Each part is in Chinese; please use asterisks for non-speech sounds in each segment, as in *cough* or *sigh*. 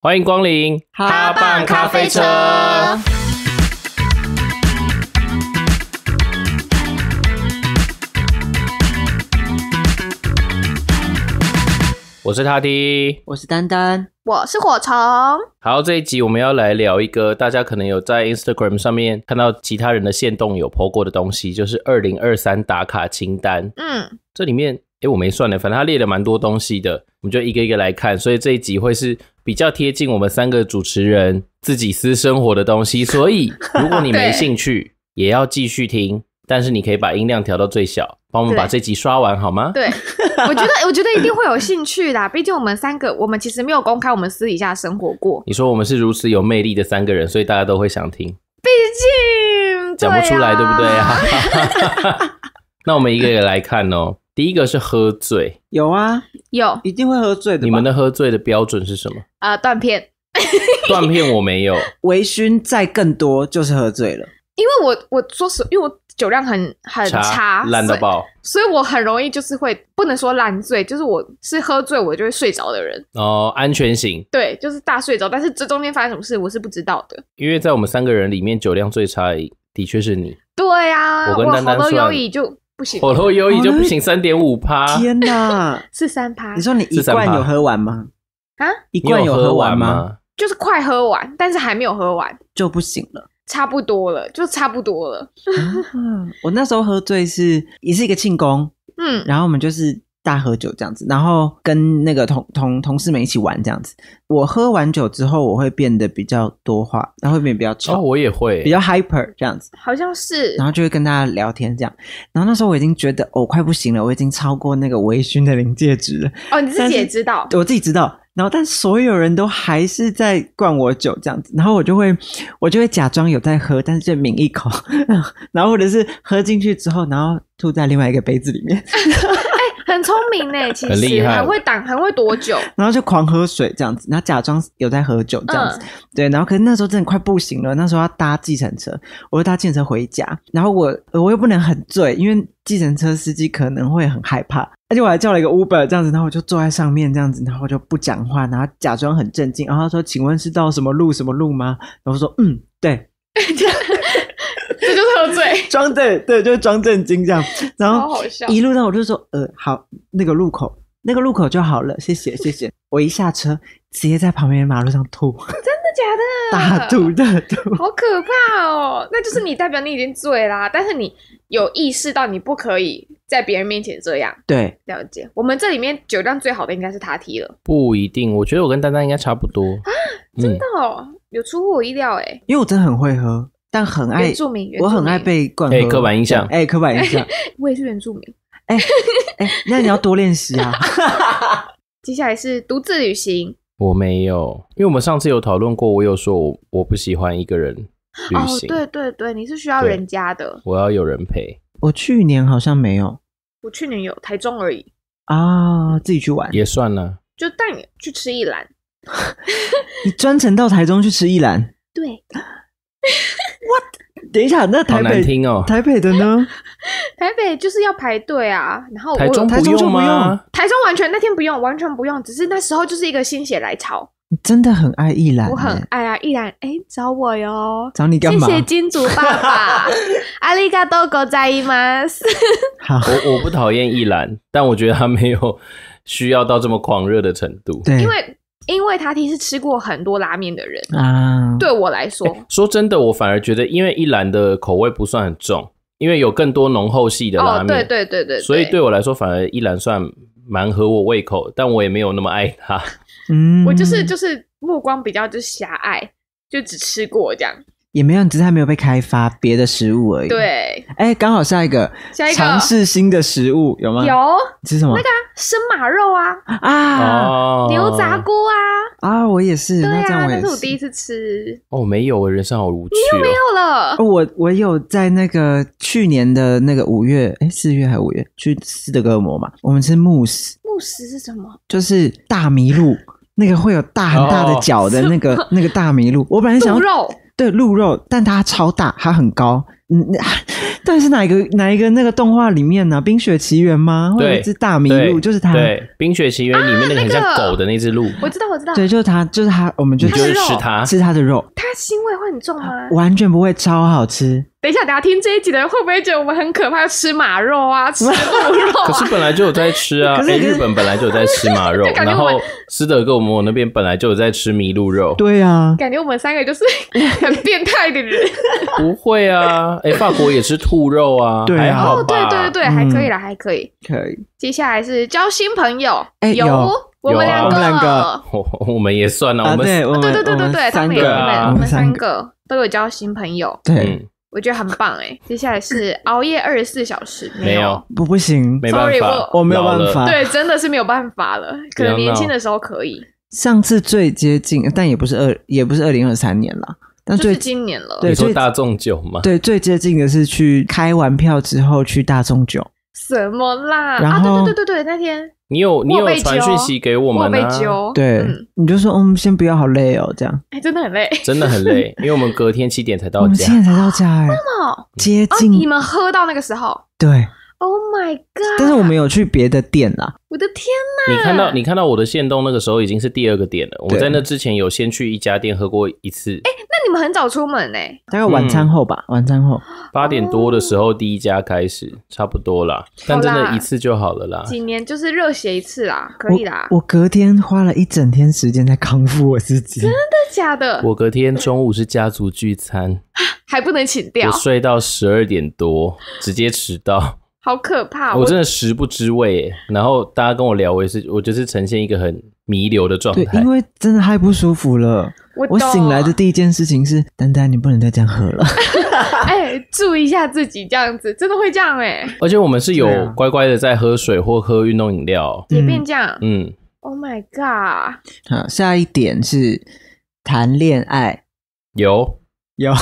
欢迎光临哈棒咖啡车。我是塔迪。我是丹丹，我是火虫，好，这一集我们要来聊一个大家可能有在 Instagram 上面看到其他人的线动有 PO 过的东西，就是二零二三打卡清单。嗯，这里面，诶，我没算呢，反正他列了蛮多东西的，我们就一个一个来看。所以这一集会是比较贴近我们三个主持人自己私生活的东西。所 *laughs* 以，如果你没对兴趣，也要继续听，但是你可以把音量调到最小，帮我们把对这集刷完好吗？ *laughs* 对，我觉得我觉得一定会有兴趣的啊，毕竟我们三个，我们其实没有公开我们私底下生活过，你说我们是如此有魅力的三个人，所以大家都会想听，毕竟讲不出来，对不对啊？啊？ *laughs* 那我们一个一个来看哦。第一个是喝醉，有啊，有一定会喝醉的吧。你们的喝醉的标准是什么？呃断片， *laughs* 断片我没有，微醺再更多就是喝醉了，因为我我说实，因为我酒量很很差，烂到所以爆。所以我很容易就是会不能说烂醉，就是我是喝醉我就会睡着的人，哦，安全型，对，就是大睡着，但是这中间发生什么事我是不知道的。因为在我们三个人里面，酒量最差的的确是你，对呀、我跟丹丹喉咙算优异就不行，火头优异就不行，三点五趴。天 *laughs* 哪！是三趴你，说你啊一是三趴罐有喝完吗？啊，一你罐喝喝完吗？吗？就是快喝完，但是还没有喝完。就不行 *laughs* 了。差不多了，就差不多了。啊我那时候喝醉是也是一个庆功，嗯，然后我们就是大喝酒这样子，然后跟那个同同同事们一起玩这样子。我喝完酒之后，我会变得比较多话，然后会变得比较哦，吵，我也会比。较 hyper 这样子。好像是然。后就会跟大家聊天这样。然后那时候我已经觉得哦，我快不行了，我已经超过那个微醺的临界值了，哦，你自但己是也知道，我自己知道。然后但所有人都还是在灌我酒这样子，然后我就会我就会假装有在喝，但是就抿一口， *laughs* 然后或者是喝进去之后，然后吐在另外一个杯子里面，很聪明 *laughs* 呢，其很厉实害很会挡，很会躲酒。然后就狂喝水这样子，然后假装有在喝酒这样子。嗯，对，然后可是那时候真的快不行了，那时候要搭计程车，我就搭计程车回家，然后我呃我又不能很醉，因为计程车司机可能会很害怕，而且我还叫了一个 Uber 这样子，然后我就坐在上面这样子，然后我就不讲话，然后假装很镇静，然后他说：“请问是到什么路什么路吗？”然后我说：“嗯，对，这就是 *laughs* 喝醉，装对对，就是装震惊 *laughs* 这样。”然好后好笑。一路上我就说：“呃，好，那个路口，那个路口就好了，谢谢谢 *laughs* 谢。”我一下车，直接在旁边的马路上吐，真的假的？大吐大吐。 *laughs* 好可怕哦！那就是你代表你已经醉啦，但是你有意识到你不可以在别人面前这样。对，了解，我们这里面酒量最好的应该是他踢了。不一定，我觉得我跟丹丹应该差不多。嗯，哦，有出乎我意料哎。因为我真的很会喝，但很爱原住民，原住哎我民很爱，被灌喝。哎刻板印象哎、刻板印 *laughs* 象，我也是原住民。哎、那你要多练习啊。 *laughs* 接下来是独自旅行，我没有，因为我们上次有讨论过，我有说我我不喜欢一个人旅哦，行，对对对，你是需要对人家的。我要有人陪，我去年好像没有我去年有台中而已，啊，自己去玩。也算了。就带你去吃一兰。你专程到台中去吃一兰？对，等一下，那好台难北听哦，台北的呢？台北就是要排队啊，然后我台中台不中就用不吗用？台中完全那天不用，完全不用，只是那时候就是一个心血来潮，你真的很爱一嗯兰、我很哎爱啊，依然哎找我哟。找你干谢嘛？谢金主爸 *laughs* 爸，阿里嘎多狗在伊吗？好，我我不讨厌一兰， *laughs* 但我觉得他没有需要到这么狂热的程度。对， *laughs* 因嗯为因为他其实吃过很多拉面的人，啊，对我来说，说真的，我反而觉得，因为一兰的口味不算很重，因为有更多浓厚系的拉哦，面，对对对对，所以对我来说，反而一兰算蛮合我胃口，但我也没有那么爱 *laughs* 它。嗯我就是就是目光比较就狭隘，就只吃过这样。也没有，只是还没有被开发别的食物而已。，对，哎、刚好下一个下一个尝试新的食物有吗？有吃什么？那个啊生马肉啊，啊哦，牛杂锅啊，啊，我也是，对那这样啊，我也那是我第一次吃，哦，没有，我人生好无趣哦。够了哦，。我我有在那个去年的那个五月，哎，四月还是五月去斯德哥尔摩嘛，我们吃 mousse，慕斯是什么？就是大麋鹿，那个会有大很大的 *laughs* 脚的那个、那个大麋鹿。我本来想鹿要肉对鹿肉，但它超大，它很高，嗯，那 *laughs* 到底是哪一个哪一个那个动画里面呢、冰雪奇缘》吗？会有对一只大麋鹿，对，就是它，对，《冰雪奇缘》里面那个很像啊那个狗的那只鹿，我知道，我知道，对，就是它，就是它，我们就你就它是是肉吃它。吃它的肉，它腥味会很重吗？完全不会，超好吃。等一下，等一下听这一集的人会不会觉得我们很可怕？吃马 *laughs* 肉啊，吃鹿肉 *laughs* 可是啊？本来就有在吃啊，可是哎，可是日本本来就有在吃马 *laughs* 肉，就感觉然我后斯德哥尔摩那边本来就有在吃麋鹿肉，对啊，感觉我们三个就是很变态 *laughs* 的人。不会啊，哎，法国也吃兔肉啊，对啊还好哦，对吧？对对对，嗯还可以啦，还可以。可以，接下来是交新朋友，哎有我们有啊两我个，们两个 *laughs* 我我们也算啊，啊，我们对，我们对对对对我对，们他三们也个我啊们我我们们三三个，个都有交新朋友，对，嗯，我觉得很棒哎。接下来是熬夜二十四小时， *laughs* 没有，不不行，没办 Sorry，法，我我没有办老了法对，真的是没有办法 *laughs* 了。可能不要闹年轻的时候可以，上次最接近，但也不是二，也不是二零二三年啦，但就最是今年了。嗯对你说最大众酒吗？对最接近的是去开完票之后去大众酒，什么啦？然啊，对后对对对对，那天你有你我有被传揪讯息给我我们被啊，揪，对，嗯你就说嗯，先不要，好累哦，这样。哎，真的很累。真的很 *laughs* 累，因为我们隔天七点才我到们家现，在才到家哎、 *laughs* 哦，接啊，近、你们喝到那个时候对， ，Oh my god！但是我们有去别的店啦，我的天你看到你看到我的线动那个时候已经是第二个点了，我们对在那之前有先去一家店喝过一次，那你们很早出门呢、欸大概晚餐后嗯吧，晚餐后八点多的时候第一家开始，差不多啦，但真的一次就好了啦。几年就是热血一次啦，可以啦，我。我隔天花了一整天时间在康复我自己，真的假的？我隔天中午是家族聚餐，还不能请掉我，睡到十二点多，直接迟到，好可怕！我真的食不知味耶。然后大家跟我聊，我也是，我就是呈现一个很弥留的状对，态因。为真的太不舒服了。我我懂醒来的第一件事情是，丹丹，你不能再这样喝了。 *laughs* 哎、注意一下自己，这样子真的会这样哎、而且我们是有对啊乖乖的在喝水或喝运动饮料哦。也变这样。嗯， Oh my god！好，下一点是谈恋爱，有有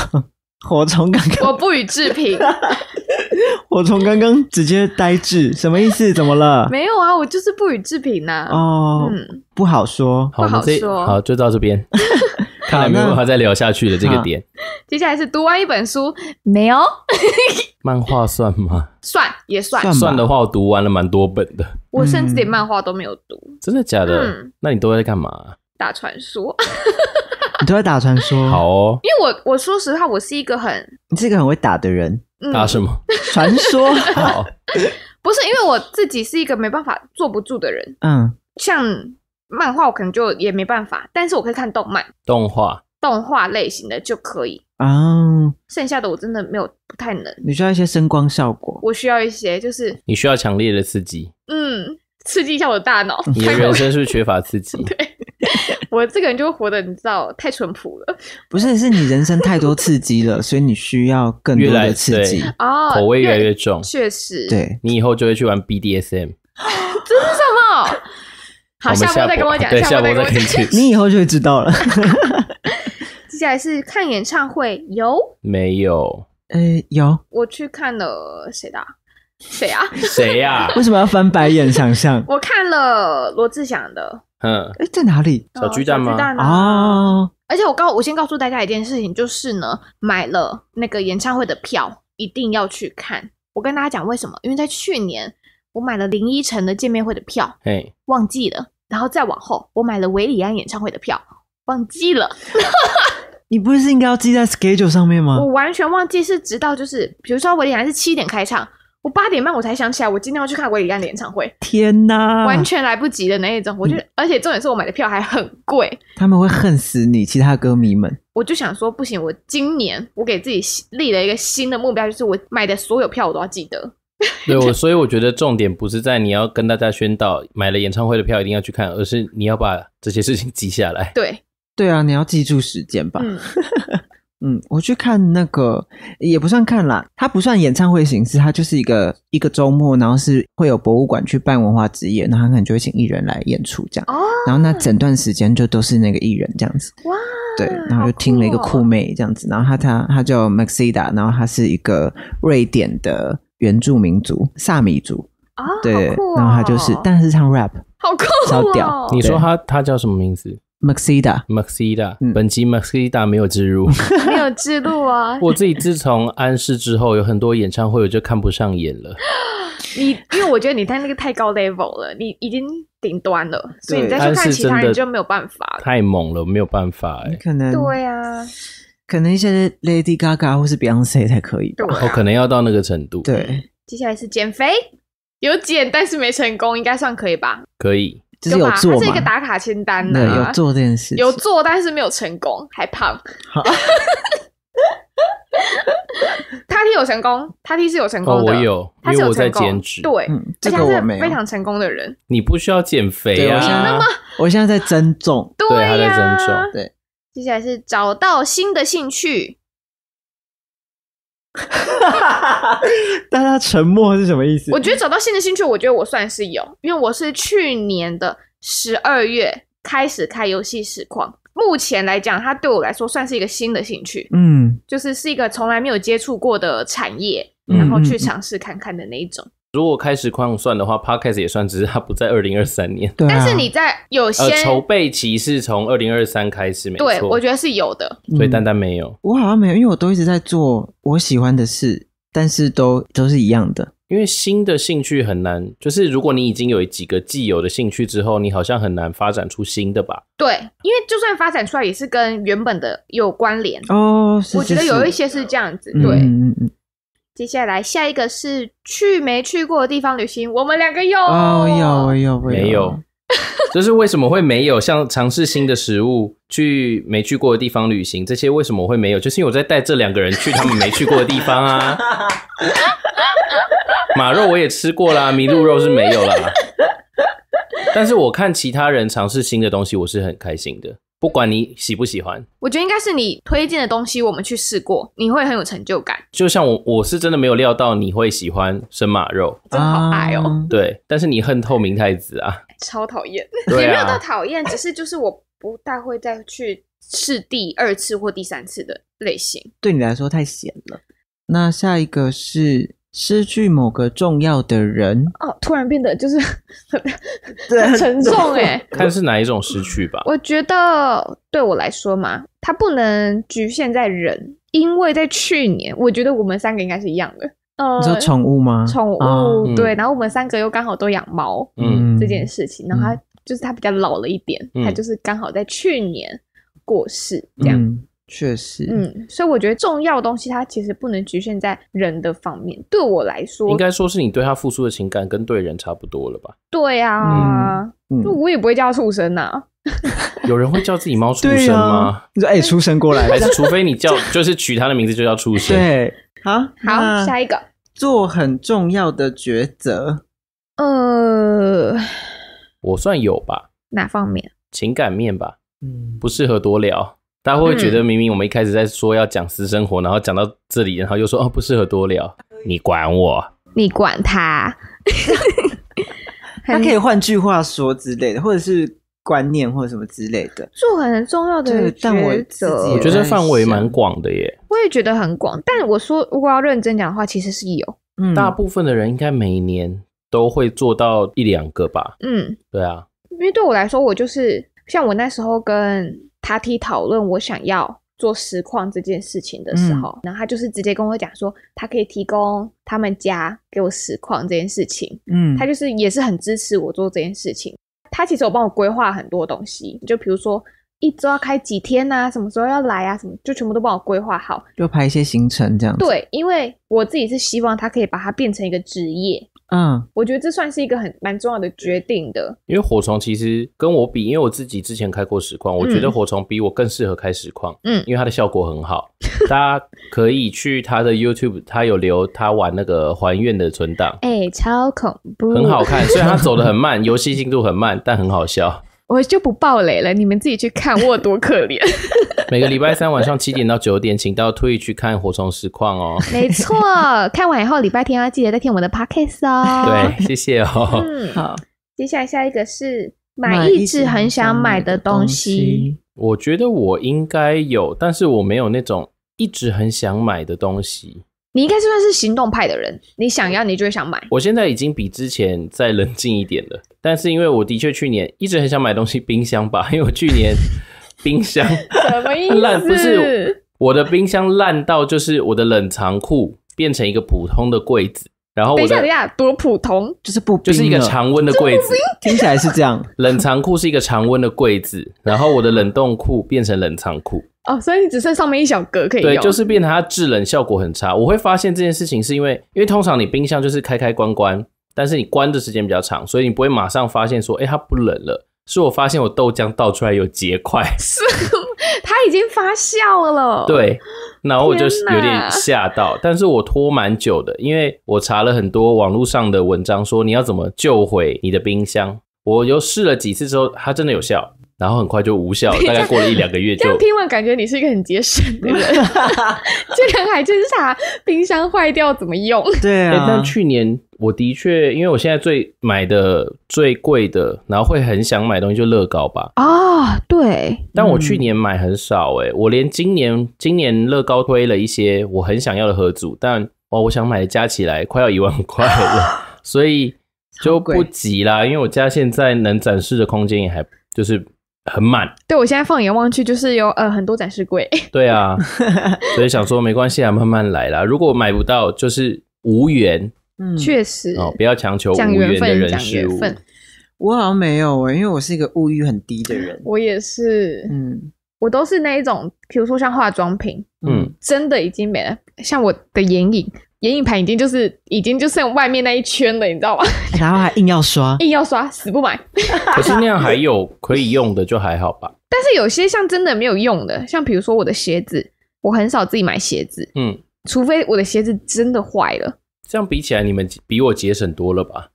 火虫刚刚， *laughs* 我不予置 *laughs* 评。火虫刚刚直接呆滞，什么意思？怎么了？没有啊，我就是不予置评呐、哦，嗯，不好说。好，我不好们这说好就到这边，看来没有办法再聊下去了。这个点，接下来是读完一本书，没有漫画算吗？算也算，算吧嗯算的话，我读完了蛮多本的，我甚至连漫画都没有读，真的假的嗯？那你都在干嘛？打传说。你都在打传说，好哦，因为我我说实话，我是一个很你是一个很会打的人。嗯，打什 *laughs* 么？传说，好，不是因为我自己是一个没办法坐不住的人，嗯，像漫画我可能就也没办法，但是我可以看动漫、动画。动画类型的就可以，哦，剩下的我真的没有不太能，你需要一些声光效果。我需要一些就是你需要强烈的刺激，嗯刺激一下我的大脑，你的人生是不是缺乏刺激？ *laughs* 我这个人就活得你知道太淳朴了不是，是你人生太多刺激了，所以你需要更多越来的刺激。哦，口味越来越重，确实，对，你以后就会去玩 BDSM。这是什么？哦好，我们下播再跟我讲，对，播下再播跟我再跟讲你。 *laughs* 解释你以后就会知道了。接下来是看演唱会，有没有呃，有我去看了谁的啊？谁啊？谁呀？为什么要翻白眼想象？我看了罗志祥的呃嗯，哎，在哪里？小巨蛋吗小巨蛋啊！哦，而且我告我先告诉大家一件事情，就是呢，买了那个演唱会的票，一定要去看。我跟大家讲为什么？因为在去年我买了林依晨的见面会的票，嘿，忘记了，然后再往后我买了韦礼安演唱会的票，忘记了，你不是应该要记在 schedule 上面吗嗯我？完全忘记是直到就是，比如说韦礼安是七点开唱，我八点半我才想起来我今天要去看韦礼安的演唱会，天嗯哪，完全来不及的那一种。我就、而且重点是我买的票还很贵，他们会恨死你，其他歌迷们。我就想说，不行，我今年我给自己立了一个新的目标，就是我买的所有票我都要记得。对 *laughs* 我，所以我觉得重点不是在你要跟大家宣导买了演唱会的票一定要去看，而是你要把这些事情记下来。对，对啊，你要记住时间吧。嗯，嗯，我去看那个也不算看啦，它不算演唱会形式，它就是一个一个周末，然后是会有博物馆去办文化之夜，然后他可能就会请艺人来演出这样，哦，然后那整段时间就都是那个艺人这样子，哇，对，然后就听了一个好酷酷哦妹这样子，然后她她她叫 Maxida，然后她是一个瑞典的原住民族萨米族，啊，对，好酷哦然后她就是但是唱 rap，好酷、哦， *laughs* 超屌你说对他他叫什么名字？ Maxida， Maxida，、嗯本集 Maxida 没有植入。！没有记录啊 *laughs* 我自己自从安室之后，有很多演唱会我就看不上眼了。你因为我觉得你在那个太高 level 了，你已经顶端了，所以你再去安看室其真他人的就没有办法嗯了。太猛了，没有办法哎、可能对啊，可能一些 Lady Gaga 或是 Beyonce 才可以吧对。我可能要到那个程度。，对，接下来是减肥，有减但是没成功，应该算可以吧？可以。就是有吧？做它是一嘛个，打卡清单对，呢、有做这件事情，有做但是没有成功，还 *laughs* 胖。他 T 有成功，他 T 是有成哦，功的，我有，他因为是有我在成功，减脂。对，嗯，而这且个他我是没有。非常成功的人，你不需要减肥对我现在啊。我现在在增 *laughs* 重，对对他在呀增重对，接下来是找到新的兴趣，大家沉默是什么意思我？觉得找到新的兴趣，我觉得我算是有，因为我是去年的十二月开始开游戏实况。目前来讲，它对我来说算是一个新的兴趣，嗯，就是是一个从来没有接触过的产业，嗯然后嗯去嗯尝试看看的那一种。如果开始框算的话，Podcast 也算，只是它不在二零二三年。对啊。但是你在有些、呃，筹备期是从二零二三开始，没错。对，我觉得是有的。所以嗯丹丹没有，我好像没有，因为我都一直在做我喜欢的事，但是都都是一样的。因为新的兴趣很难，就是如果你已经有几个既有的兴趣之后，你好像很难发展出新的吧？对，因为就算发展出来，也是跟原本的有关联。哦，是我觉得是有是一些是这样子。嗯对，嗯嗯嗯接下来下一个是去没去过的地方旅行，我们两个有哦，有我有我没有， *laughs* 就是为什么会没有？像尝试新的食物，去没去过的地方旅行，这些为什么会没有？就是因为我在带这两个人去他们没去过的地方啊。马肉我也吃过啦，麋鹿肉是没有啦。但是我看其他人尝试新的东西，我是很开心的，不管你喜不喜欢。我觉得应该是你推荐的东西，我们去试过，你会很有成就感，就像我，我是真的没有料到你会喜欢生马肉，真的好爱哦，啊对，但是你恨透明太子啊，超讨厌。对也没有到啊，讨厌，只是就是我不大会再去试第二次或第三次的类型。对你来说太闲了。那下一个是失去某个重要的人，哦，突然变得就是很对很沉重哎、看是哪一种失去吧。我觉得对我来说嘛，它不能局限在人，因为在去年，我觉得我们三个应该是一样的。呃，你说宠物吗？宠物、啊嗯对，然后我们三个又刚好都养猫、嗯，这件事情，然后它就是它比较老了一点，嗯它就是刚好在去年过世这样。嗯确实，嗯，所以我觉得重要的东西，它其实不能局限在人的方面。对我来应说，该说是你对他付出的情感跟对人差不多了吧？对啊，嗯就我也不会叫它畜生啊呐、有人会叫自己猫畜对生吗？啊，你说哎，出生过来还是除非你叫， *laughs* 就是取它的名字就叫畜生？对， *laughs* 好，好，那下一个，做很重要的抉择，呃，我算有吧，哪方面？情感面吧，嗯，不适合多聊。大家会不会觉得明明我们一开始在说要讲私生活，然后讲到这里，然后又说哦不适合多聊，你管我？你管 *laughs* 他。他可以换句话说之类的，或者是观念或者什么之类的。做很重要的对但我抉择，自己我觉得这范围蛮想广的耶，我也觉得很广。但我说，如果要认真讲的话，其实是有，嗯大部分的人应该每年都会做到一两个吧？嗯，对啊，因为对我来说，我就是像我那时候跟塔提讨论我想要做实况这件事情的时候，然后他就是直接跟我讲说，他可以提供他们家给我实况这件事情，嗯他就是也是很支持我做这件事情。他其实有帮我规划很多东西，就比如说一周要开几天呐、什么时候要来啊，什么就全部都帮我规划好。就排一些行程这样子。，对，因为我自己是希望他可以把它变成一个职业，嗯我觉得这算是一个很蛮重要的决定的。因为火虫其实跟我比，因为我自己之前开过实况，我觉得嗯火虫比我更适合开实况，嗯因为它的效果很 *laughs* 好。大家可以去他的 YouTube，他有留他玩那个还愿的存档，哎、超恐怖，很好 *laughs* 看。虽然他走的很慢，游戏进度很慢，但很好笑。我就不爆雷了，你们自己去看我有多可怜。每个礼拜三晚上七点到九点，请到 Twitch 去看火虫实况哦。 *laughs* 没错，看完以后礼拜天要记得再听我们的 podcast 哦。对，谢谢哦。嗯，好，接下来下一个是买一直很想买的东西。，我觉得我应该有，但是我没有那种一直很想买的东西。你应该算是行动派的人，你想要你就会想买。我现在已经比之前再冷静一点了，但是因为我的确去年一直很想买东西，冰箱吧， *laughs* 因为我去年冰箱什么意思烂不是我的冰箱烂到就是我的冷藏库变成一个普通的柜子，然后等我一下，等一的下，多普通，就是不冰就是了一个常温的柜子，嗯听起来是这 *laughs* 样，冷藏库是一个常温的柜子，然后我的冷冻库变成冷藏库，哦，所以你只剩上面一小格可以用。对，就是变成它制冷效果很差。我会发现这件事情是因为，因为通常你冰箱就是开开关关，但是你关的时间比较长，所以你不会马上发现说，哎、它不冷了。是我发现我豆浆倒出来有结 *laughs* 块，它已经发酵了。，对，然后我就天哪有点吓到，但是我拖蛮久的，因为我查了很多网络上的文章，说你要怎么救回你的冰箱。我又试了几次之后，它真的有效，然后很快就无效， *laughs* 等一下大概过了一两个月这样就。听完感觉你是一个很节省的人， *laughs* 竟然还真查冰箱坏掉怎么用。 *laughs* 对哎、啊，但去年我的确，因为我现在最买的最贵的，然后会很想买东西就乐高吧。 *laughs* 啊、对，但我去年买很少哎、我连今年今年乐高推了一些我很想要的合组，但哇，我想买的加起来快要一万块了， *laughs* 所以就贵不急啦，因为我家现在能展示的空间也还就是很满，对我现在放眼望去，就是有呃很多展示柜，对 *laughs* 啊，所以想说没关系啊，慢慢来啦。如果买不到，就是无缘嗯 *laughs* 确实。哦，不要强求无讲缘的分，人讲事缘物。分，我好像没有欸诶、因为我是一个物欲很低的人。我也是，嗯我都是那一种，比如说像化妆品，嗯，真的已经没了。像我的眼影，眼影盘已经就是已经就剩外面那一圈了，你知道吗？ *laughs* 然后还硬要刷，硬要刷，死不买。可是那样还有可以用的就还好吧。但是有些像真的没有用的，像比如说我的鞋子，我很少自己买鞋子，嗯，除非我的鞋子真的坏了。这样比起来，你们比我节省多了吧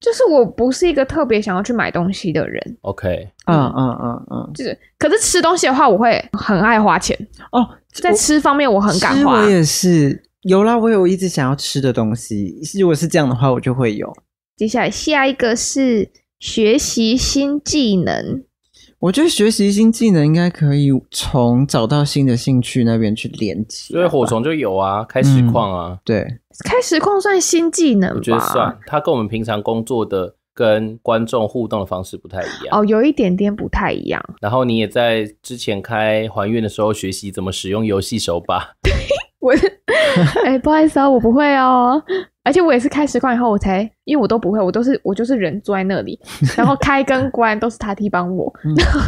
就是我不是一个特别想要去买东西的人， ？OK，嗯嗯嗯嗯，就是可是吃东西的话，我会很爱花钱，哦，在吃方面我很敢吃花我。也是有啦，我有一直想要吃的东西，如果是这样的话，我就会有。接下来下一个是学习新技能，我觉得学习新技能应该可以从找到新的兴趣那边去连接，所以火虫就有啊，开实况啊，对，开实况算新技能我觉得算嗯吧？。它跟我们平常工作的跟观众互动的方式不太一样。哦，有一点点不太一样。然后你也在之前开还愿的时候学习怎么使用游戏手把。我 *laughs* 哎、不好意思啊，我不会哦。而且我也是开实况以后，我才因为我都不会，我都是我就是人坐在那里，然后开跟关都是他替帮我。 *laughs*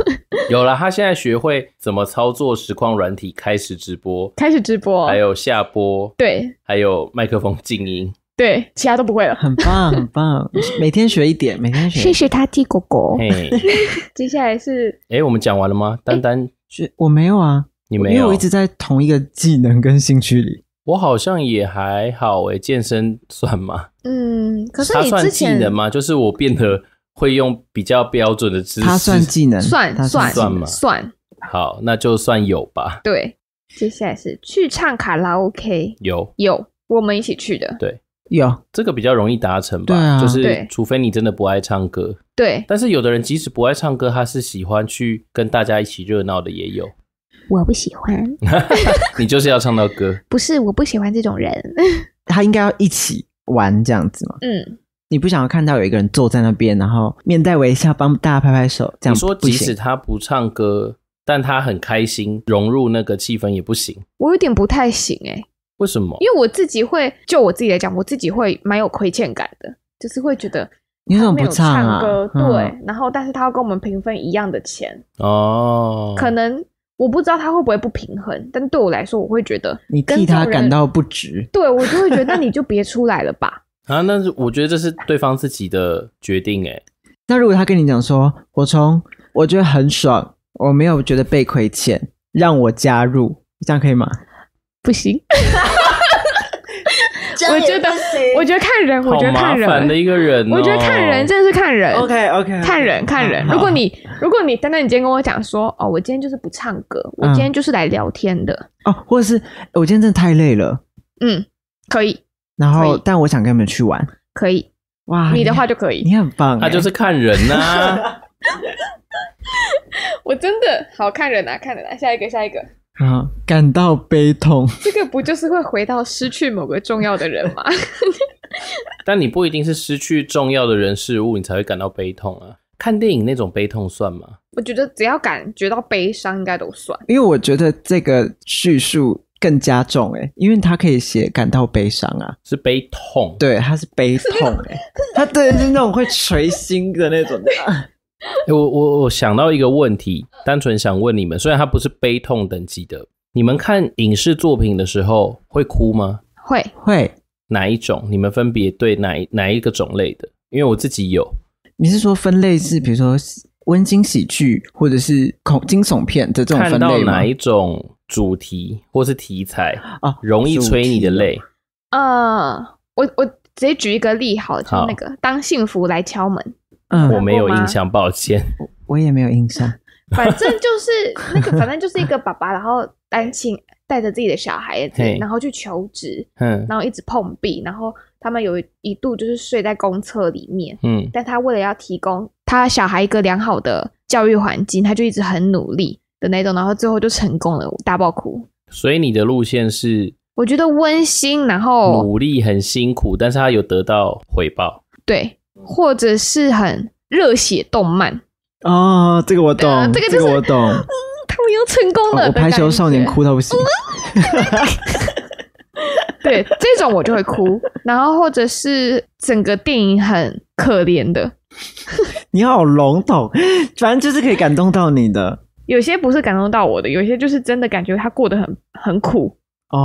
有了，他现在学会怎么操作实况软体，开始直播，开始直播，还有下播，对还有麦克风静音。对，其他都不会了。很棒很棒，每天学一点，每天学一点。谢他替狗狗嘿，接下来是哎，我们讲完了吗？丹丹，学我没有啊，你没因为有？我一直在同一个技能跟兴趣里。我好像也还好诶，健身算吗？嗯，可是它你算之技前能吗？就是我变得会用比较标准的姿势。它算技能，算它算技能算吗算好，那就算有吧，对。接下来是去唱卡拉 OK，有有我们一起去的，有这个比较容易达成吧。对啊就是对除非你真的不爱唱歌，对，但是有的人即使不爱唱歌，他是喜欢去跟大家一起热闹的也有。我不喜欢，你就是要唱到 *laughs* 歌，不是我不喜欢这种人， *laughs* 他应该要一起玩这样子嘛？嗯，你不想要看到有一个人坐在那边，然后面带微笑帮大家拍拍手，这你样说不即使行。他不唱歌，但他很开心，融入那个气氛也不行。我有点不太行哎、为什么？因为我自己会，就我自己来讲，我自己会蛮有亏欠感的，就是会觉得你怎么他没不有唱啊？歌，嗯对，然后但是他要跟我们平分一样的钱，哦，可能我不知道他会不会不平衡，但对我来说，我会觉得你跟替这他种人感到不值。对我就会觉得，那你就别出来了吧。啊，那是我觉得这是对方自己的决定，哎，那如果他跟你讲说，火虫，我觉得很爽，我没有觉得被亏欠，让我加入，这样可以吗？ *laughs* 不行，我觉得，我觉得看人，我好觉得麻看烦的人，一个人哦。我觉得看人真的是看人 OK 嗯 OK，看人看人。如果你如果你丹丹，你今天跟我讲说，哦，我今天就是不唱歌，嗯我今天就是来聊天的，哦，或者是我今天真的太累了，嗯，可以然后可以但我想跟你们去玩，可以，哎哇，你的话就可 *laughs* 以。你很棒欸，他就是看人呐、 *laughs* 我真的好看人啊，看人啊，下一个下一个，啊，感到悲痛。这个不就是会回到失去某个重要的人吗？ *laughs* 但你不一定是失去重要的人事物，你才会感到悲痛啊。看电影那种悲痛算吗？我觉得只要感觉到悲伤，应该都算。因为我觉得这个叙述更加重哎、因为他可以写感到悲伤啊，是悲痛。，对，他是悲痛哎、 *laughs* 他对是那种会捶心的那种的。欸、我我我想到一个问题，单纯想问你们，虽然它不是悲痛等级的，你们看影视作品的时候会哭吗？会，会，哪一种？你们分别对哪一哪一个种类的？因为我自己有，你是说分类是比如说温馨喜剧或者是恐惊悚片的这种看分到类吗哪？一种主题或是题材啊，容易催你哦的泪？呃，我我直接举一个例好了，就是好那个当幸福来敲门，嗯，我我没有看过吗印象，抱歉。我也没有印象。反正就是那 *laughs* 个，反正就是一个爸爸，然后单亲带着自己的小孩子嘿，然后去求职，嗯然后一直碰壁，然后他们有一一度就是睡在公厕里面，嗯，但他为了要提供他小孩一个良好的教育环境，他就一直很努力的那种，然后最后就成功了，大爆哭。所以你的路线是我觉得温馨，然后努力很辛苦，但是他有得到回报。对，或者是很热血动漫，哦，这个我懂，对啊这个就是我懂。他们又成功哦了我的感觉、排球少 *laughs* 年哭到不行。对，这种我就会哭。然后或者是整个电影很可怜的，你好笼统，反正就是可以感动到你的有些不是感动到我的，有些就是真的感觉他过得很很苦。哦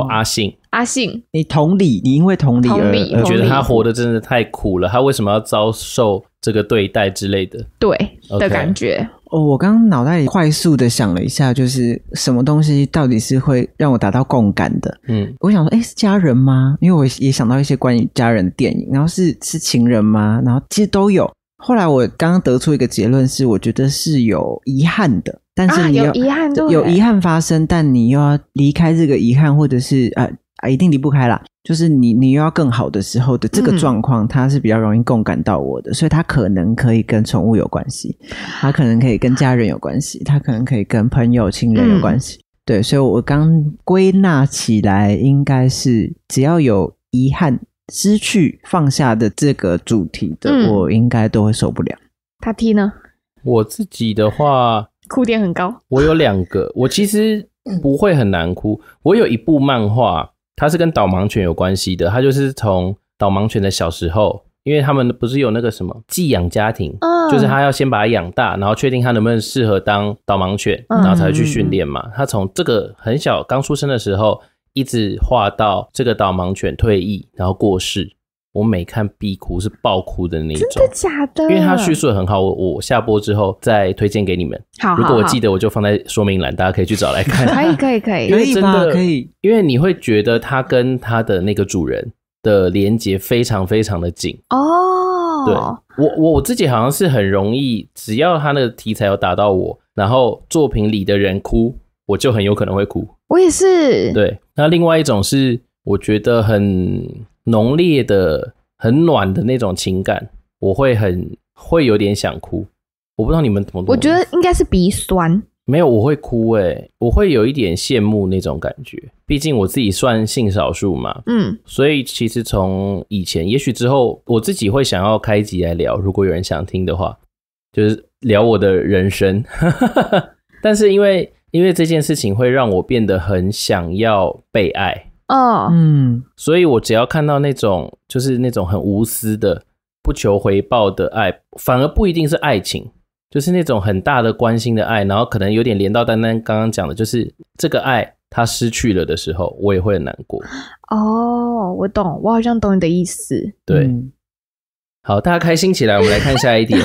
哦，。阿信，阿信，你同理，你因为同理而同理而我觉得同理他活得真的太苦了，他为什么要遭受这个对待之类的？对 OK 的感觉，哦，我刚刚脑袋里快速的想了一下，就是什么东西到底是会让我达到共感的？嗯，我想说，哎，是家人吗？因为我也想到一些关于家人的电影，然后是是情人吗？然后其实都有。后来我刚刚得出一个结论是，我觉得是有遗憾的，但是啊，你又、有遗憾，对，有遗憾发生，但你又要离开这个遗憾，或者是啊啊，一定离不开啦。就是你你又要更好的时候的这个嗯状况，它是比较容易共感到我的，所以它可能可以跟宠物有关系，它可能可以跟家人有关系，它可能可以跟朋友、亲人有关系。对，所以我刚归纳起来，应该是只要有遗憾、失去、放下的这个主题的，嗯我应该都会受不了。他踢呢，我自己的话，哭点很高。我有两个，我其实不会很难哭。我有一部漫画，它是跟导盲犬有关系的，它就是从导盲犬的小时候，因为他们不是有那个什么寄养家庭，嗯就是他要先把它养大，然后确定它能不能适合当导盲犬，嗯然后才会去训练嘛。他从这个很小刚出生的时候，一直画到这个导盲犬退役，然后过世。我每看必哭，是爆哭的那一种。真的假的？因为它叙述的很好，我我下播之后再推荐给你们。好，如果我记得，得，我就放在说明栏，大家可以去找来看。可以可以可以因，为可以真吧的可以， *laughs* 因为你会觉得它跟它的那个主人的连接非常非常的紧。哦，对我我我自己好像是很容易，只要它那个题材有打到我，然后作品里的人哭，我就很有可能会哭。我也是，对，那另外一种是我觉得很浓烈的、很暖的那种情感，我会很会有点想哭。我不知道你们怎么，我觉得应该是鼻酸，没有，我会哭诶、我会有一点羡慕那种感觉。毕竟我自己算性少数嘛，嗯，所以其实从以前，也许之后，我自己会想要开一集来聊，如果有人想听的话，就是聊我的人生。 *laughs* 但是因为因为这件事情会让我变得很想要被爱，啊哦，嗯，所以我只要看到那种就是那种很无私的、不求回报的爱，反而不一定是爱情，就是那种很大的关心的爱，然后可能有点连到丹丹刚刚讲的，就是这个爱他失去了的时候，我也会很难过。哦，我懂，我好像懂你的意思。对，嗯好，大家开心起来，我们来看下 *laughs* 一点。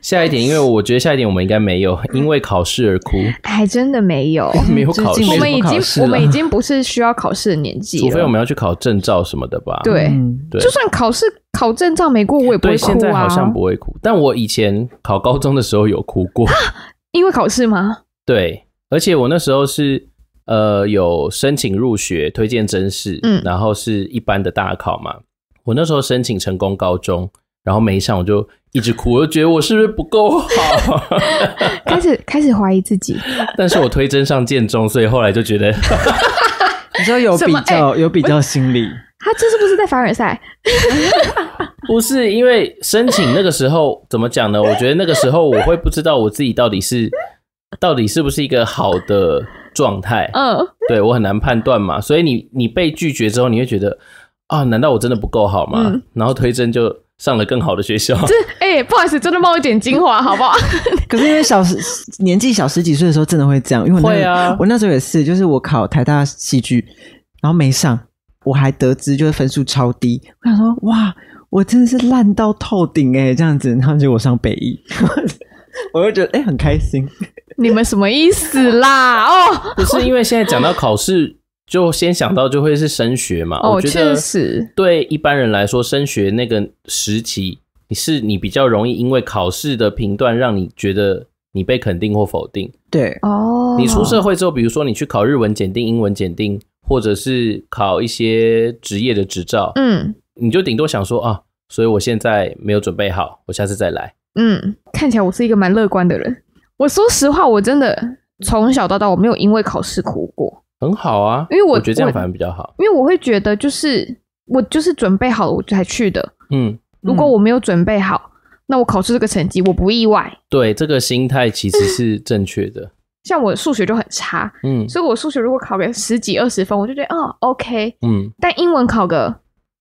下一点，因为我觉得下一点我们应该没有嗯因为考试而哭，还哎真的没有， *laughs* 没有考最近试我没，们已考经试我了们已经不是需要考试的年纪除了。非我们要去考证照什么的吧。哦对嗯对就算考试考证照没过，我也不对，会哭啊。现在好像不会哭，但我以前考高中的时候有哭过。嗯因为考 *laughs* 试吗？对，而且我那时候是呃有申请入学推荐真试，嗯然后是一般的大考嘛。我那时候申请成功高中，然后每一项我就一直哭，我就觉得我是不是不够好？ *laughs* 开始开始怀疑自己，但是我推真上建中，所以后来就觉得你说有什比么哎较，有比较心理，他这是不是在凡尔赛？ *laughs* 不是因为申请那个时候怎么讲呢？我觉得那个时候我会不知道我自己到底是到底是不是一个好的状态，嗯，对我很难判断嘛。所以你你被拒绝之后，你会觉得啊，难道我真的不够好吗？嗯然后推甄就上了更好的学校。哎、不好意思，真的帮我剪精华好 *laughs* 不好？可是因为小十年纪小十几岁的时候，真的会这样。因为我那会啊我那时候也是，就是我考台大戏剧，然后没上，我还得知就是分数超低。我想说，哇，我真的是烂到透顶哎、这样子。然后结果我上北 *laughs* 艺，我就觉得哎、很开心。你们什么意思啦？哦 *laughs* 不是因为现在讲到考试，就先想到就会是升学嘛。哦，我觉得确实，对一般人来说，升学那个时期，你是你比较容易因为考试的评断让你觉得你被肯定或否定。对，哦，你出社会之后，比如说你去考日文检定、英文检定，或者是考一些职业的执照，嗯你就顶多想说啊，所以我现在没有准备好，我下次再来。嗯，看起来我是一个蛮乐观的人。我说实话，我真的从小到大我没有因为考试哭过，很好啊，因为我我觉得这样我反而比较好。因为我会觉得就是我就是准备好了我才去的。嗯，如果我没有准备好，那我考出这个成绩我不意外。对，这个心态其实是正确的。像我数学就很差，嗯嗯所以我数学如果考个十几二十分，我就觉得哦 OK，嗯但英文考个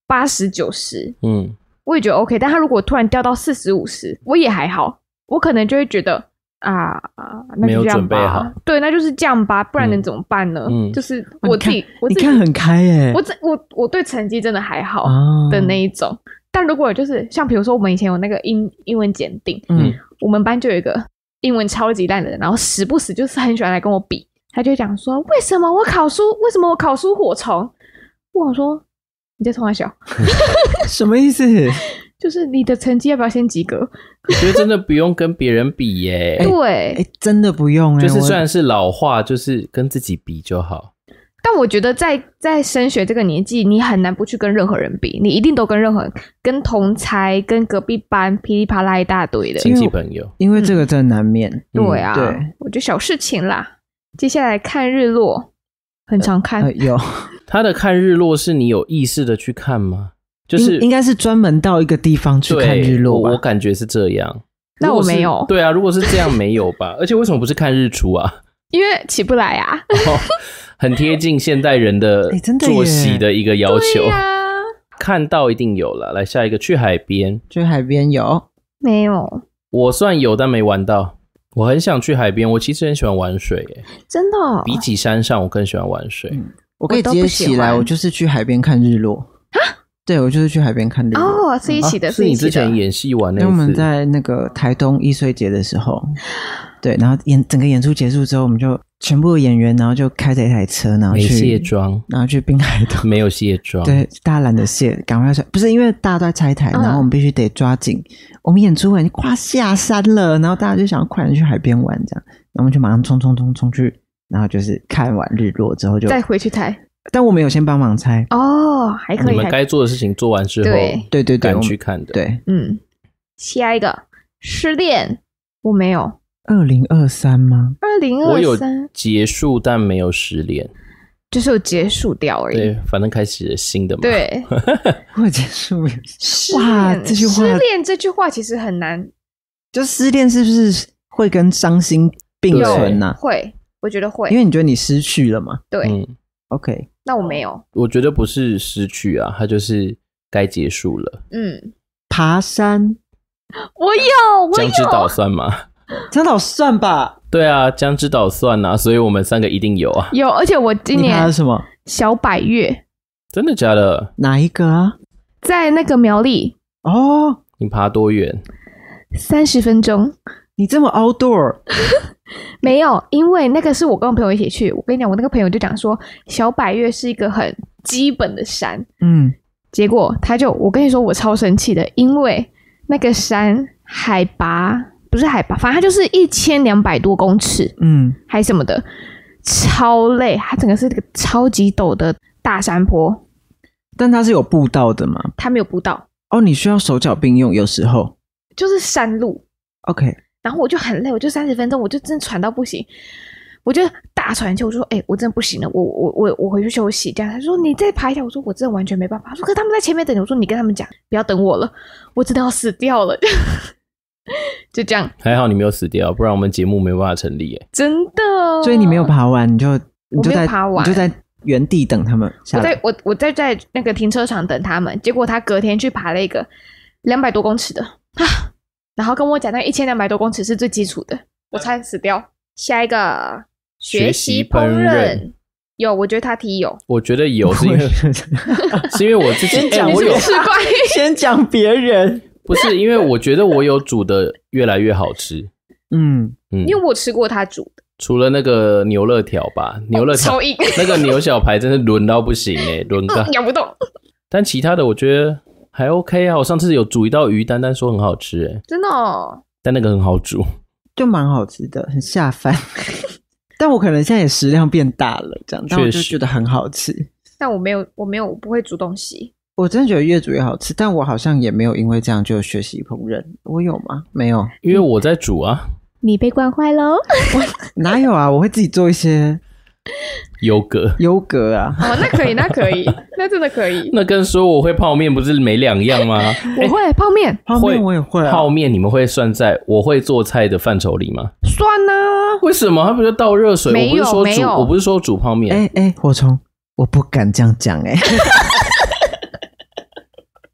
八十九十，嗯，我也觉得 OK。但他如果突然掉到四十五十，我也还好，我可能就会觉得啊，啊那没有就这样准备吧好。对，那就是这样吧，不然嗯能怎么办呢？嗯就是哇我哦你自看己，我你自己，看很开哎、我自我我对成绩真的还好啊的那一种。但如果就是像比如说我们以前有那个英英文检定，嗯我们班就有一个英文超级烂的人，然后时不时就是很喜欢来跟我比，他就会讲说为什么我考书，为什么我考书火虫？我想说你在冲他笑，什么意思？就是你的成绩要不要先及格？我觉得真的不用跟别人比耶、 *laughs* 对，哎、真的不用哎、就是我虽然是老话，就是跟自己比就好。但我觉得在在升学这个年纪，你很难不去跟任何人比，你一定都跟任何人、跟同才、跟隔壁班噼里啪啦一大堆的。亲戚朋友，因为这个真的难免。嗯对啊，对我觉得小事情啦。接下来看日落，很常看，呃，有，他的看日落是你有意识的去看吗？就是应应该是专门到一个地方去对看日落吧我我感觉是这样。那如我果是没有对啊，如果是这样没有 *laughs* 吧？而且为什么不是看日出啊？因为起不来啊。哦很贴近现代人的哎真的耶作息的一个要求。 *laughs* 对呀、 *laughs* 看到一定有了。来下一个，去海边，去海边有，没有，我算有，但没玩到。我很想去海边，我其实很喜欢玩水耶，真的啊哦、比起山上，我更喜欢玩水。我可以我直都不接喜起来，欢我就是去海边看日落。啊对，我就是去海边看日落。哦，是一起的，是你一起啊之的。前演戏玩那因为我一们次，在那个台东易碎节的时候，对，然后演整个演出结束之后，我们就全部的演员，然后就开着一台车，然后没卸去，妆，然后去滨海东。没有卸妆，对，大家懒得卸，赶快要卸，不是因为大家都在拆台，嗯然后我们必须得抓紧。我们演出完快下山了，然后大家就想要快点去海边玩，这样，然后我们就马上冲冲冲冲去，然后就是看完日落之后就，再回去台但我们有先帮忙拆，哦，还可你以，们还可以该做的事情做完之后，对对对对，赶我们去看的。，对，嗯。下一个失恋，我没有。二零二三吗？二零我有二三结束，但没有失恋。就是有结束掉而对已。，反正开始了新的嘛。，对，或结束没有？失哇恋这句话失恋这句话其实很难就失恋是不是会跟伤心并对存呐、会，我觉得会，因为你觉得你失去了嘛对，嗯， ？OK，那我没有，我觉得不是失去啊，它就是该结束了。嗯，爬山，我有，我江之岛有，算吗？长岛算吧。 *laughs* 对啊，江之岛算啊，所以我们三个一定有啊。有，而且我今你爬年的什么？小百月真的假的？哪一个啊？在那个苗栗哦，你爬多远？三十分钟你这么 outdoor，没有，因为那个是我跟我朋友一起去，我跟你讲，我那个朋友就讲说小百月是一个很基本的山，嗯，结果他就，我跟你说，我超生气的，因为那个山海拔不是海拔，反正它就是一千两百多公尺，嗯，还什么的，超累。它整个是个超级陡的大山坡，但它是有步道的嘛？它没有步道，哦，你需要手脚并用，有时候就是山路， OK，然后我就很累，我就三十分钟，我就真的喘到不行，我就大喘一气，我就说：“哎、我真的不行了，我我我我回去休息。”这样他说：“你再爬一下。”我说：“我真的完全没办法。”他说：“可是他们在前面等你。”我说：“你跟他们讲，不要等我了，我真的要死掉了。” *laughs* 就这样，还好你没有死掉，不然我们节目没办法成立。哎，真的。哦所以你没有，爬完，你就你就呃没有在爬你完就在原地等他们下我来在。我我在在那个停车场等他们，结果他隔天去爬了一个两百多公尺的啊，然后跟我讲那一千两百多公尺是最基础的，我差点死掉。下一个学习习烹烹饪有，我觉得他提有。我觉得 *laughs* 有是因为 *laughs* 是因为我自己，先哎、讲我有先 *laughs* 吃怪，先讲别人，不是因为我觉得我有煮的越来越好吃。嗯，嗯， *laughs* 因为我吃过他煮的除了那个牛肋条吧，牛肋条、超硬，那个牛小排真是轮到不行哎、轮到。嗯咬不动，但其他的我觉得还 OK 啊。我上次有煮一道鱼，丹丹说很好吃哎、真的哦。但那个很好煮。就蛮好吃的，很下饭。 *laughs* 但我可能现在也食量变大了，这样，但我确就实觉得很好吃。但我没有，我没有，我不会煮东西。我真的觉得越煮越好吃，但我好像也没有因为这样就学习烹饪，我有吗？没有， *laughs* 因为我在煮啊，你被惯坏喽！哦，哪有啊？我会自己做一些优格。优格啊，哦那可以，那 *laughs* 可以，那真的可以。那哎跟说我会泡面不是没两样吗？我会泡面，泡面我也会啊，泡面你们会算在我会做菜的范畴里吗？算呢。为什么？它不就倒热水？没我不有是说没煮，有我不是说煮泡面，哎哎、火虫，我不敢这样讲 *laughs* 哎、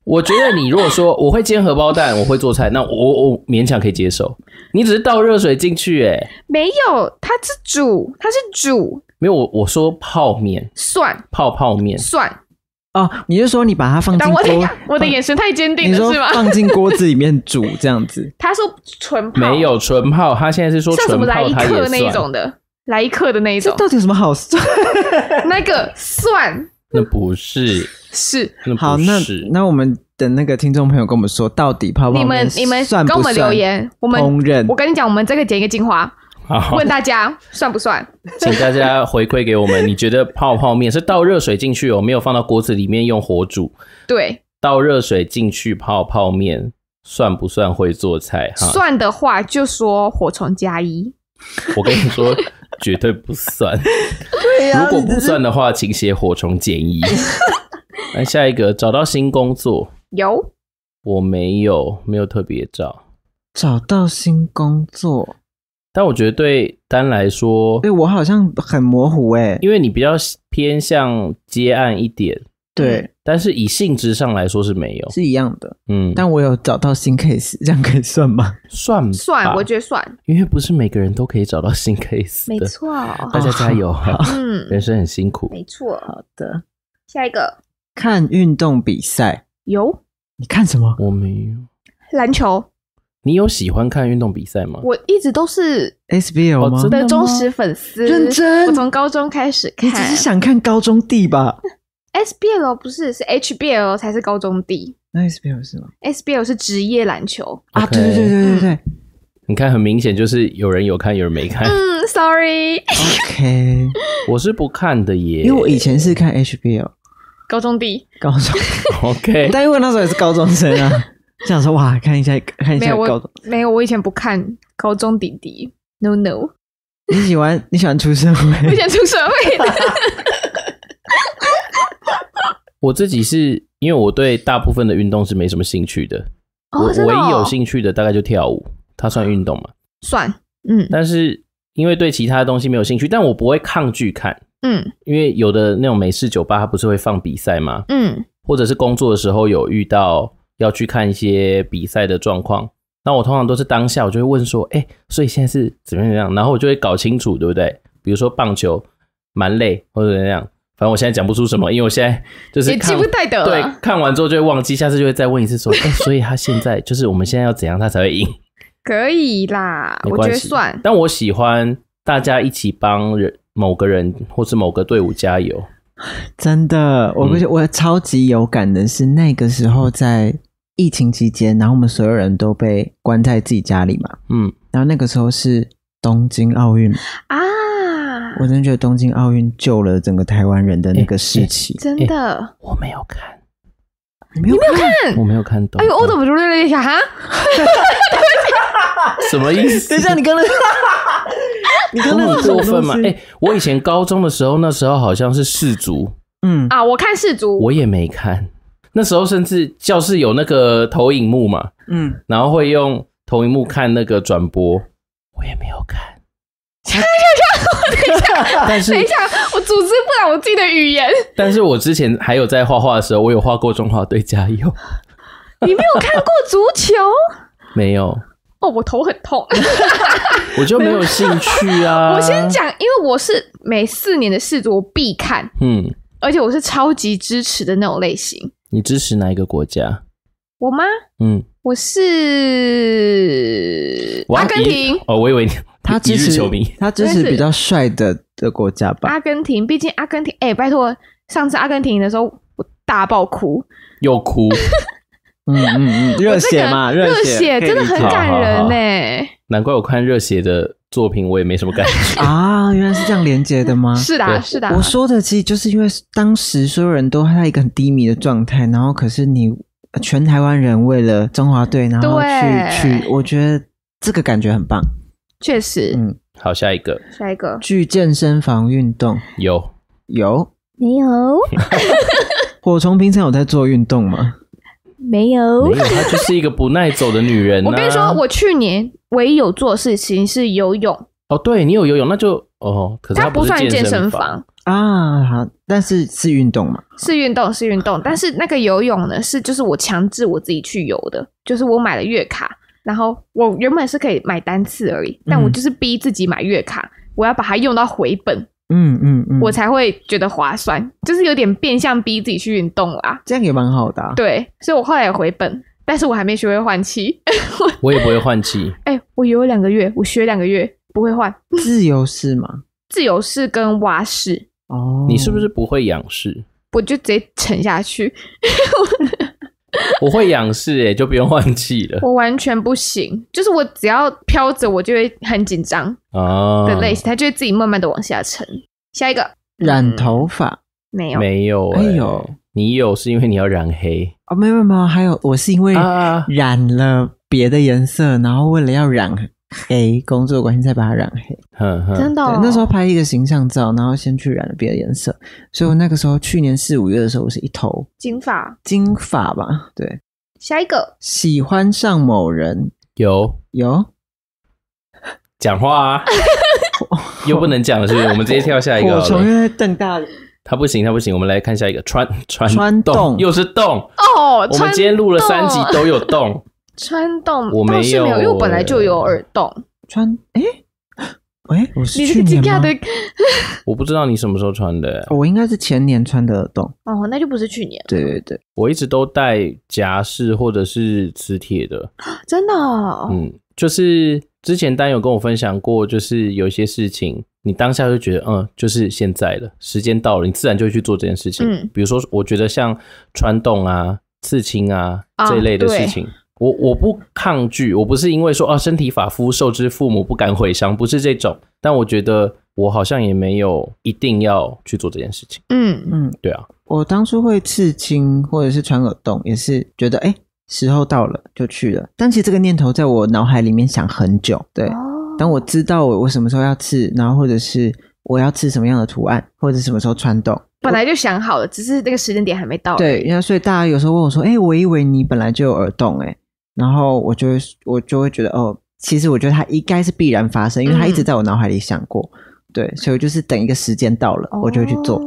我觉得你如果说我会煎荷包蛋，我会做菜，那我我我勉强可以接受。你只是倒热水进去、哎，没有，他是煮，他是煮，没有我我说泡面，算泡泡面，算。哦，你是说你把它放进但我的锅，我的眼神太坚定你说了，是吗？放进锅子里面煮这样 *laughs* 子？他说纯泡，没有纯泡，他现在是说像什纯么来泡，一他也克那一算种。的，来一克的那一这种，到底有什么好算？那个算那不 *laughs* 是，是。那好，不那是。那我们等那个听众朋友跟我们说，到底泡泡你们面你们算跟不我们留算言，我们烹饪我跟你讲，我们这个剪一个精华， *laughs* 好，问大家算不算？请大家回馈给我们，你觉得泡泡面是倒热水进去哦，没有放到锅子里面用火煮，对，倒热水进去泡泡面，算不算会做菜？哈，算的话就说火虫加一，我跟你 *laughs* 说，绝对不算。对啊如果不算的话，请写火虫建 *laughs* 议。来下一个，找到新工作，有我没有没有特别找，找到新工作，但我觉得对丹来说哎、，我好像很模糊哎、因为你比较偏向接案一点，对，但是以性质上来说是没有，是一样的。嗯，但我有找到新 case，这样可以算吗？算吧算，我觉得算，因为不是每个人都可以找到新 case 没的，错。大家加 *laughs* 油，嗯， *laughs* 人生很辛苦。没错。好的，下一个看运动比赛，有你看什么？我没有，篮球，你有喜欢看运动比赛吗？我一直都是 SBL 哦吗？真的吗忠实粉丝，认真我从高中开始你看，只是想看高中地 *laughs* 吧？ SBL 不是是 HBL 才是高中地那 SBL 是吗？ ，SBL 是职业篮球。啊， OK 对对对对对 *laughs* 对你看，很明显就是有人有看，有人没看。嗯，sorry， *laughs* ，OK。我是不看的耶，因为我以前是看 HBL 高中地高中， *laughs* OK，但因为那时候也是高中生啊， *laughs* 想说哇，看一下看一没下有高我中。没有我以前不看高中弟弟，no *laughs* no，你喜欢你喜欢出社我以会？前出社 *laughs* 会的，我自己是因为我对大部分的运动是没什么兴趣的，我哦，真的唯一有哦，兴趣的大概就跳舞，它算运动嘛。算，嗯但是因为对其他的东西没有兴趣，但我不会抗拒看，嗯因为有的那种美式酒吧它不是会放比赛吗？嗯，或者是工作的时候有遇到要去看一些比赛的状况，那我通常都是当下我就会问说，哎、所以现在是怎么样怎么样，然后我就会搞清楚，对不对？比如说棒球蛮累或者怎样，反正我现在讲不出什么，因为我现在就是也记看不太得对了，，看完之后就会忘记，下次就会再问一次说，哎、所以他现在就是我们现在要怎样他才会赢？可以啦，没我关觉得系，算，但我喜欢大家一起帮人某个人或是某个队伍加油。 *laughs* 真的，我嗯我超级有感的是那个时候在疫情期间，然后我们所有人都被关在自己家里嘛，嗯，然后那个时候是东京奥运，啊，我真的觉得东京哎奥运救了整个台湾人的那个士气。真的我没有看，你没有看？我没有看懂。哎呦，我怎么就略略一下哈？什么意 *laughs* 思？等一下，你刚 *laughs* 刚你刚刚那那很是什过么分吗？东西哎、我以前高中的时候，那时候好像是氏族，嗯，啊，我看氏族，我也没看。那时候甚至教室有那个投影幕嘛，嗯，然后会用投影幕看那个转播，我也没有看。但是等一，下，我组织不了我自己的语言。但是我之前还有在画画的时候，我有画过中华队加油，你没有看过足球？没有，哦，我头很痛。我就没有兴趣啊。 *laughs* 我先，讲，因为我是每四年的氏族我必看，嗯，而且我是超级支持的那种类型。你支持哪一个国家？我吗？嗯，我是我要阿根廷一。哦，我以为你他一支日持球迷，他支持比较帅的的国家吧？阿根廷，毕竟阿根廷，哎、拜托，上次阿根廷赢的时候，我大爆哭，又哭。嗯嗯嗯，热血嘛，这个热血可以真的理解很感人好好呢、难怪我看热血的作品，我也没什么感觉。啊，原来是这样连接的吗？是的啊，对是的啊，我说的其实就是因为当时所有人都在一个很低迷的状态，然后可是你呃全台湾人为了中华队，然后去对去，我觉得这个感觉很棒。确实。嗯，啊好，下一个 *laughs* 下一个去健身房运动有有没有，火虫平常有在做运动吗？没有没有？她就是一个不耐走的女人、啊。哦我跟你说，我去年唯一有做的事情是游泳，哦，对你有游泳，那就哦，可是它她不不是算健身身房，房，啊，好，但是是运动嘛？是运动，是运动。但是那个游泳呢，是就是我强制我自己去游的，就是我买了月卡，然后我原本是可以买单次而已，但我就是逼自己买月卡，我要把它用到回本，嗯嗯嗯，我才会觉得划算，就是有点变相逼自己去运动啦。这样也蛮好的、啊。对，所以我后来也回本，但是我还没学会换气。 *laughs* 我也不会换气。哎、我游了两个月，我学两个月不会换，自由式嘛？自由式跟蛙式，哦，你是不是不会仰视？我就直接沉下去，我会仰视、欸，就不用换气了 *laughs* 我完全不行，就是我只要飘着，我就会很紧张啊。的类型，它就会自己慢慢的往下沉。下一个染头发？没有，没有、欸，哎呦，你有是因为你要染黑哦，没有没有没有，还有我是因为啊？染了别的颜色，然后为了要染黑，工作关系才把它染黑。哼哼，真的、哦对，那时候拍一个形象照，然后先去染了别的颜色，所以我那个时候去年四五月的时候，我是一头金发。金发吧。对，下一个喜欢上某人有有讲话 *laughs* 啊，又不能讲了，是不是？我们直接跳下一个火好虫了。又在瞪大眼，他不行，他不行，我们来看下一个穿穿穿洞洞，又是洞。哦，我们穿哦今天录了三集都有洞， *laughs* 穿洞我倒没是没有，有因为我本来就有耳洞。穿诶喂，我哎是你这去个惊年讶吗的？我不知道你什么时候穿的、欸哦我应该是前年穿的耳洞。哦，那就不是去年，对对对，我一直都戴夹式或者是磁铁的，真的、哦。嗯，就是之前丹有跟我分享过，就是有一些事情，你当下就觉得，嗯，就是现在了，时间到了，你自然就会去做这件事情。嗯比如说，我觉得像穿洞啊、刺青啊啊这一类的对事情。我我不抗拒，我不是因为说啊身体发肤受之父母不敢毁伤，不是这种。但我觉得我好像也没有一定要去做这件事情，嗯，嗯，对啊，我当初会刺青或者是穿耳洞，也是觉得哎、诶时候到了就去了。但其实这个念头在我脑海里面想很久。对，哦，当我知道我我什么时候要刺，然后或者是我要刺什么样的图案，或者什么时候穿洞。本来就想好了，只是那个时间点还没到。，对，然后所以大家有时候问我说：“哎、我以为你本来就有耳洞哎、诶然后我就会我就会觉得哦，其实我觉得它应该是必然发生，因为它嗯一直在我脑海里想过。对，所以我就是等一个时间到了，我就会去做。哦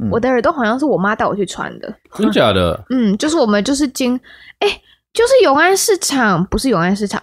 嗯我的耳洞好像是我妈带我去穿的。真的假 *laughs* 的？嗯，就是我们就是经，哎、就是永安市场，不是永安市场，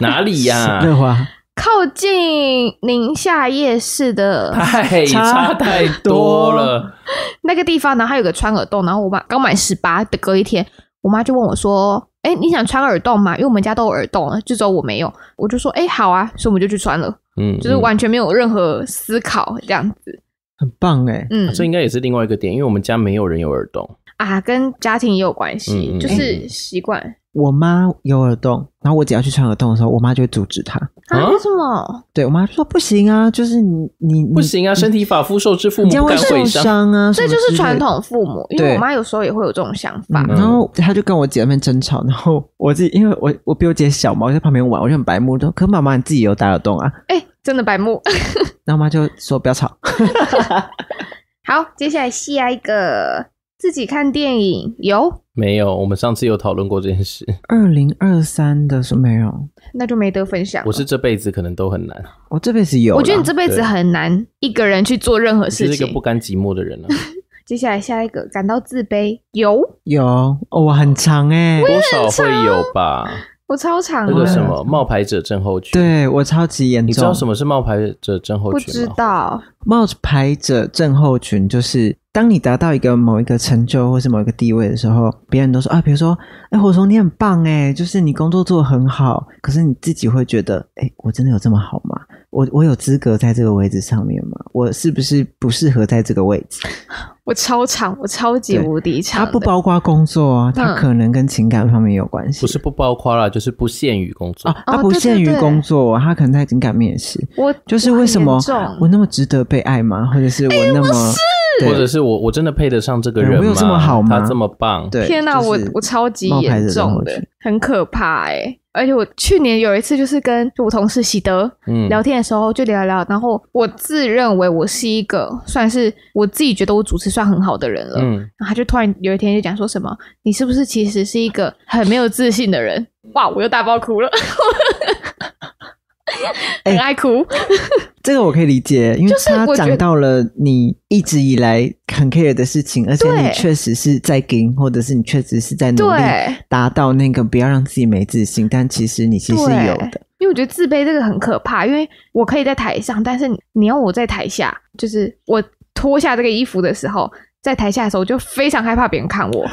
哪里呀、乐华、靠近宁夏夜 *laughs* 市的太差差太多了。那个地方，然后还有个穿耳洞，然后我妈刚满十八的隔一天，我妈就问我说：“哎、你想穿耳洞吗？”因为我们家都有耳洞了，就只有我没有。啊我就说：“哎、好啊。”所以我们就去穿了，嗯，就是嗯完全没有任何思考这样子。很棒哎、嗯，这应该也是另外一个点，因为我们家没有人有耳洞，啊，跟家庭也有关系，嗯嗯就嗯是习惯。我妈有耳洞，然后我只要去穿耳洞的时候，我妈就会阻止她。啊啊？为什么？对我妈就说不行啊，就是你你不，行啊，身体发肤受之父母你你这样不会敢受毁伤。伤啊，什这么就之是类传的。统父母，因为对我妈有时候也会有这种想法嗯，。然后她就跟我姐妹争吵，然后我自己因为我我比我姐小嘛，我在旁边玩，我就很白目，说可妈妈你自己有打耳洞啊，哎、真的白目。 *laughs* 然后我妈就说不要吵，好，接下来下一个，自己看电影有，没有，我们上次有讨论过这件事， *laughs* 二零二三的说没有，那就没得分享了。我是这辈子可能都很难，我这辈子有啦，我觉得你这辈子对很难一个人去做任何我就事是一个情不。甘寂寞的人啊。接下来下一个，感到自卑有，有哦，我很长哎、多少会有吧？我超常啊那个的，什么冒牌者症候群，，对我超级严重。你知道什么是冒牌者症候不群知吗？道。冒牌者症候群就是，当你达到一个某一个成就或是某一个地位的时候，别人都说啊，比如说，哎、火虫你很棒哎，就是你工作做得很好，可是你自己会觉得，哎、我真的有这么好吗？我我有资格在这个位置上面吗？我是不是不适合在这个位置？我超常，我超级对无敌常它的。啊不包括工作啊，它嗯可能跟情感方面有关系。不是不包括啦，就是不限于工作啊，它不对对限于哦对工作、啊它可能在情感面也是。我就是为什么我我那么值得被爱吗？或者是我哎那么、对或者是我我真的配得上这个人吗？嗯我有这么好吗他这么棒，对，天哪、哪，我我超级冒牌严者症重候的群，很可怕哎、而且我去年有一次，就是跟我同事喜德嗯，聊天的时候，就聊聊，然后我自认为我是一个算是我自己觉得我主持算很好的人了，嗯，然后他就突然有一天就讲说什么，你是不是其实是一个很没有自信的人？哇，我又大爆哭了，哎很爱哭。这个我可以理解，因为就是他我觉得讲到了你一直以来很 care 的事情，而且对你确实是在跟，或者是你确实是在努力对达到那个不要让自己没自信，但其实你其实对有的。因为我觉得自卑这个很可怕，因为我可以在台上，但是你要我在台下，就是我脱下这个衣服的时候，在台下的时候，我就非常害怕别人看我，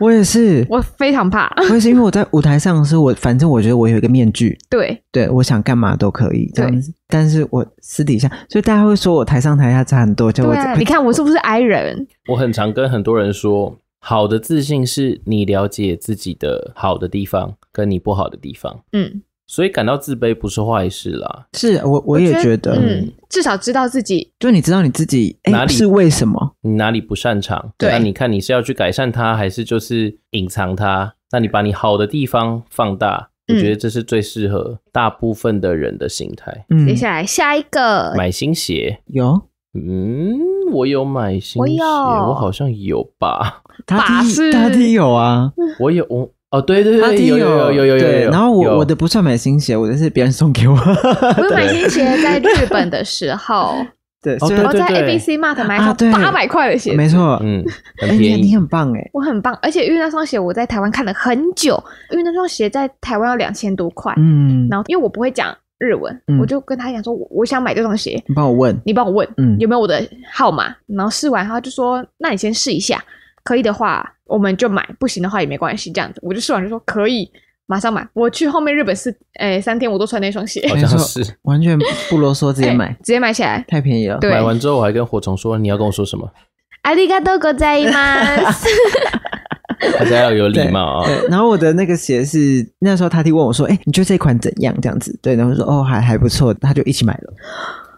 我也是，我非常怕。我也是，因为我在舞台上的时候，我反正我觉得我有一个面具，对，对我想干嘛都可以这样对子，但是我私底下，所以大家会说我台上台下差很多，哎就我对啊，你看我是不是 I 人？我很常跟很多人说，好的自信是你了解自己的好的地方跟你不好的地方，嗯，所以感到自卑不是坏事啦。是我我也觉得，嗯，至少知道自己就你知道你自己哎、哪里是为什么？你哪里不擅长？对那你看你是要去改善它，还是就是隐藏它？那你把你好的地方放大，我嗯觉得这是最适合大部分的人的心态。嗯接，下来下一个，买新鞋，有嗯，我有买新我鞋，有我好像有吧，他把踢式他踢有啊，我有，我哦，对对他对，踢有有有有有有对有。然后有我我的不算买新鞋，我的是别人送给我。 *laughs* 我有买新鞋在日本的时候，对，哦所以对我在对 ABC Mart 买一啊对双八百块的鞋没子。错， *laughs* 嗯，哎很你便宜你。很棒哎，我很棒，而且因为那双鞋我在台湾看了很久，因为那双鞋在台湾要两千多块，嗯，然后因为我不会讲日文，嗯我就跟他讲说，我我想买这双鞋，你帮我问，你帮我问、嗯有没有我的号码。然后试完，他就说，那你先试一下，可以的话我们就买，不行的话也没关系，这样子。我就试完就说可以，马上买。我去后面日本是，诶、三天我都穿那双鞋，好没像错是完全不啰嗦，哦直接哎买，直接买起来。 *laughs* 太便宜了。对买完之后，我还跟火虫说：“你要跟我说什么？ *laughs* あり *laughs* がとうございます。大家要有礼貌啊、对，然后我的那个鞋是那时候他提问我说：“哎、你觉得这款怎样？”这样子，对，然后我说：“哦，还还不错。”他就一起买了。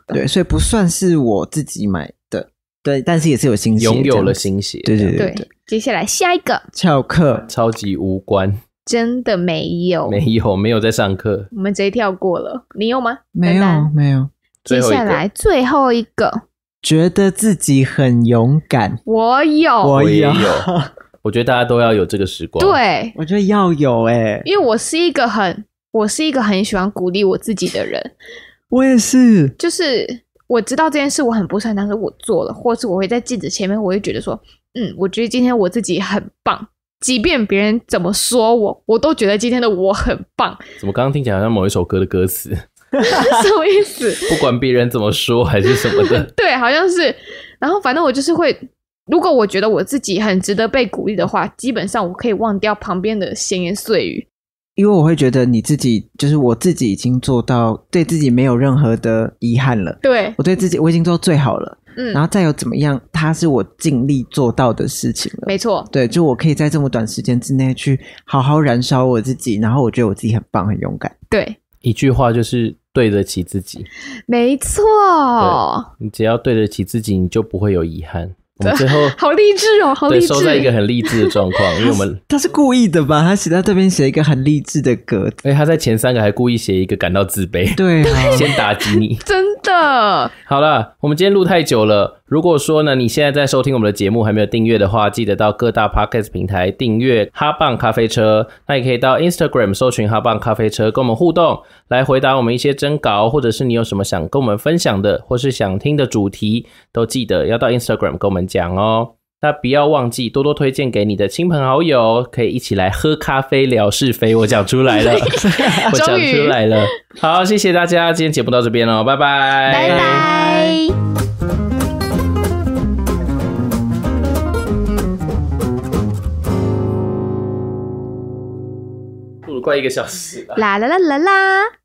啊对，所以不算是我自己买的，对，但是也是有新鞋，拥有了新，新鞋，对对对对对，，接下来下一个翘课超级无关，真的没有，没有没有在上课。我们直接跳过了。你有吗？没丹有丹没有，最 *laughs* 接后一下来个，最后一个，觉得自己很勇敢，我有，我我也有，有 *laughs* 我觉得大家都要有这个时光。，哎对，我觉得要有哎、因为我是一个很，我是一个很喜欢鼓励我自己的人，我也是，就是我知道这件事我很不擅长，但是我做了，或是我会在镜子前面，我会觉得说，嗯，我觉得今天我自己很棒，即便别人怎么说我，我都觉得今天的我很棒， *laughs* 怎么刚刚听起来好像某一首歌的歌词？ *laughs* 什么意思？，不管别人怎么说还是什么的 *laughs* 对，好像是，然后反正我就是会。如果我觉得我自己很值得被鼓励的话，基本上我可以忘掉旁边的闲言碎语，因为我会觉得你自己就是我自己已经做到对自己没有任何的遗憾了。对，我对自己我已经做最好了，嗯然后再有怎么样，它是我尽力做到的事情了。没错，对，就我可以在这么短时间之内去好好燃烧我自己，然后我觉得我自己很棒、很勇敢。对，一句话就是对得起自己，没错，你只要对得起自己，你就不会有遗憾。我们最后 *laughs* 好励志哦，好对励志收，在一个很励志的状况，因为我们 *laughs* 他是故意的吧？他写在这边写一个很励志的歌，而哎且他在前三个还故意写一个感到自卑，对啊，先打击你。真的，好了，我们今天录太久了。如果说呢，你现在在收听我们的节目还没有订阅的话，记得到各大 podcast 平台订阅哈棒咖啡车。那也可以到 Instagram 搜寻哈棒咖啡车，跟我们互动，来回答我们一些征稿，或者是你有什么想跟我们分享的，或是想听的主题，都记得要到 Instagram 跟我们讲哦。那不要忘记多多推荐给你的亲朋好友，可以一起来喝咖啡聊是非。我讲出来了，我讲出来了。好，谢谢大家，今天节目到这边哦喽，拜拜，拜拜。录了快一个小时了。啊啦啦啦啦啦。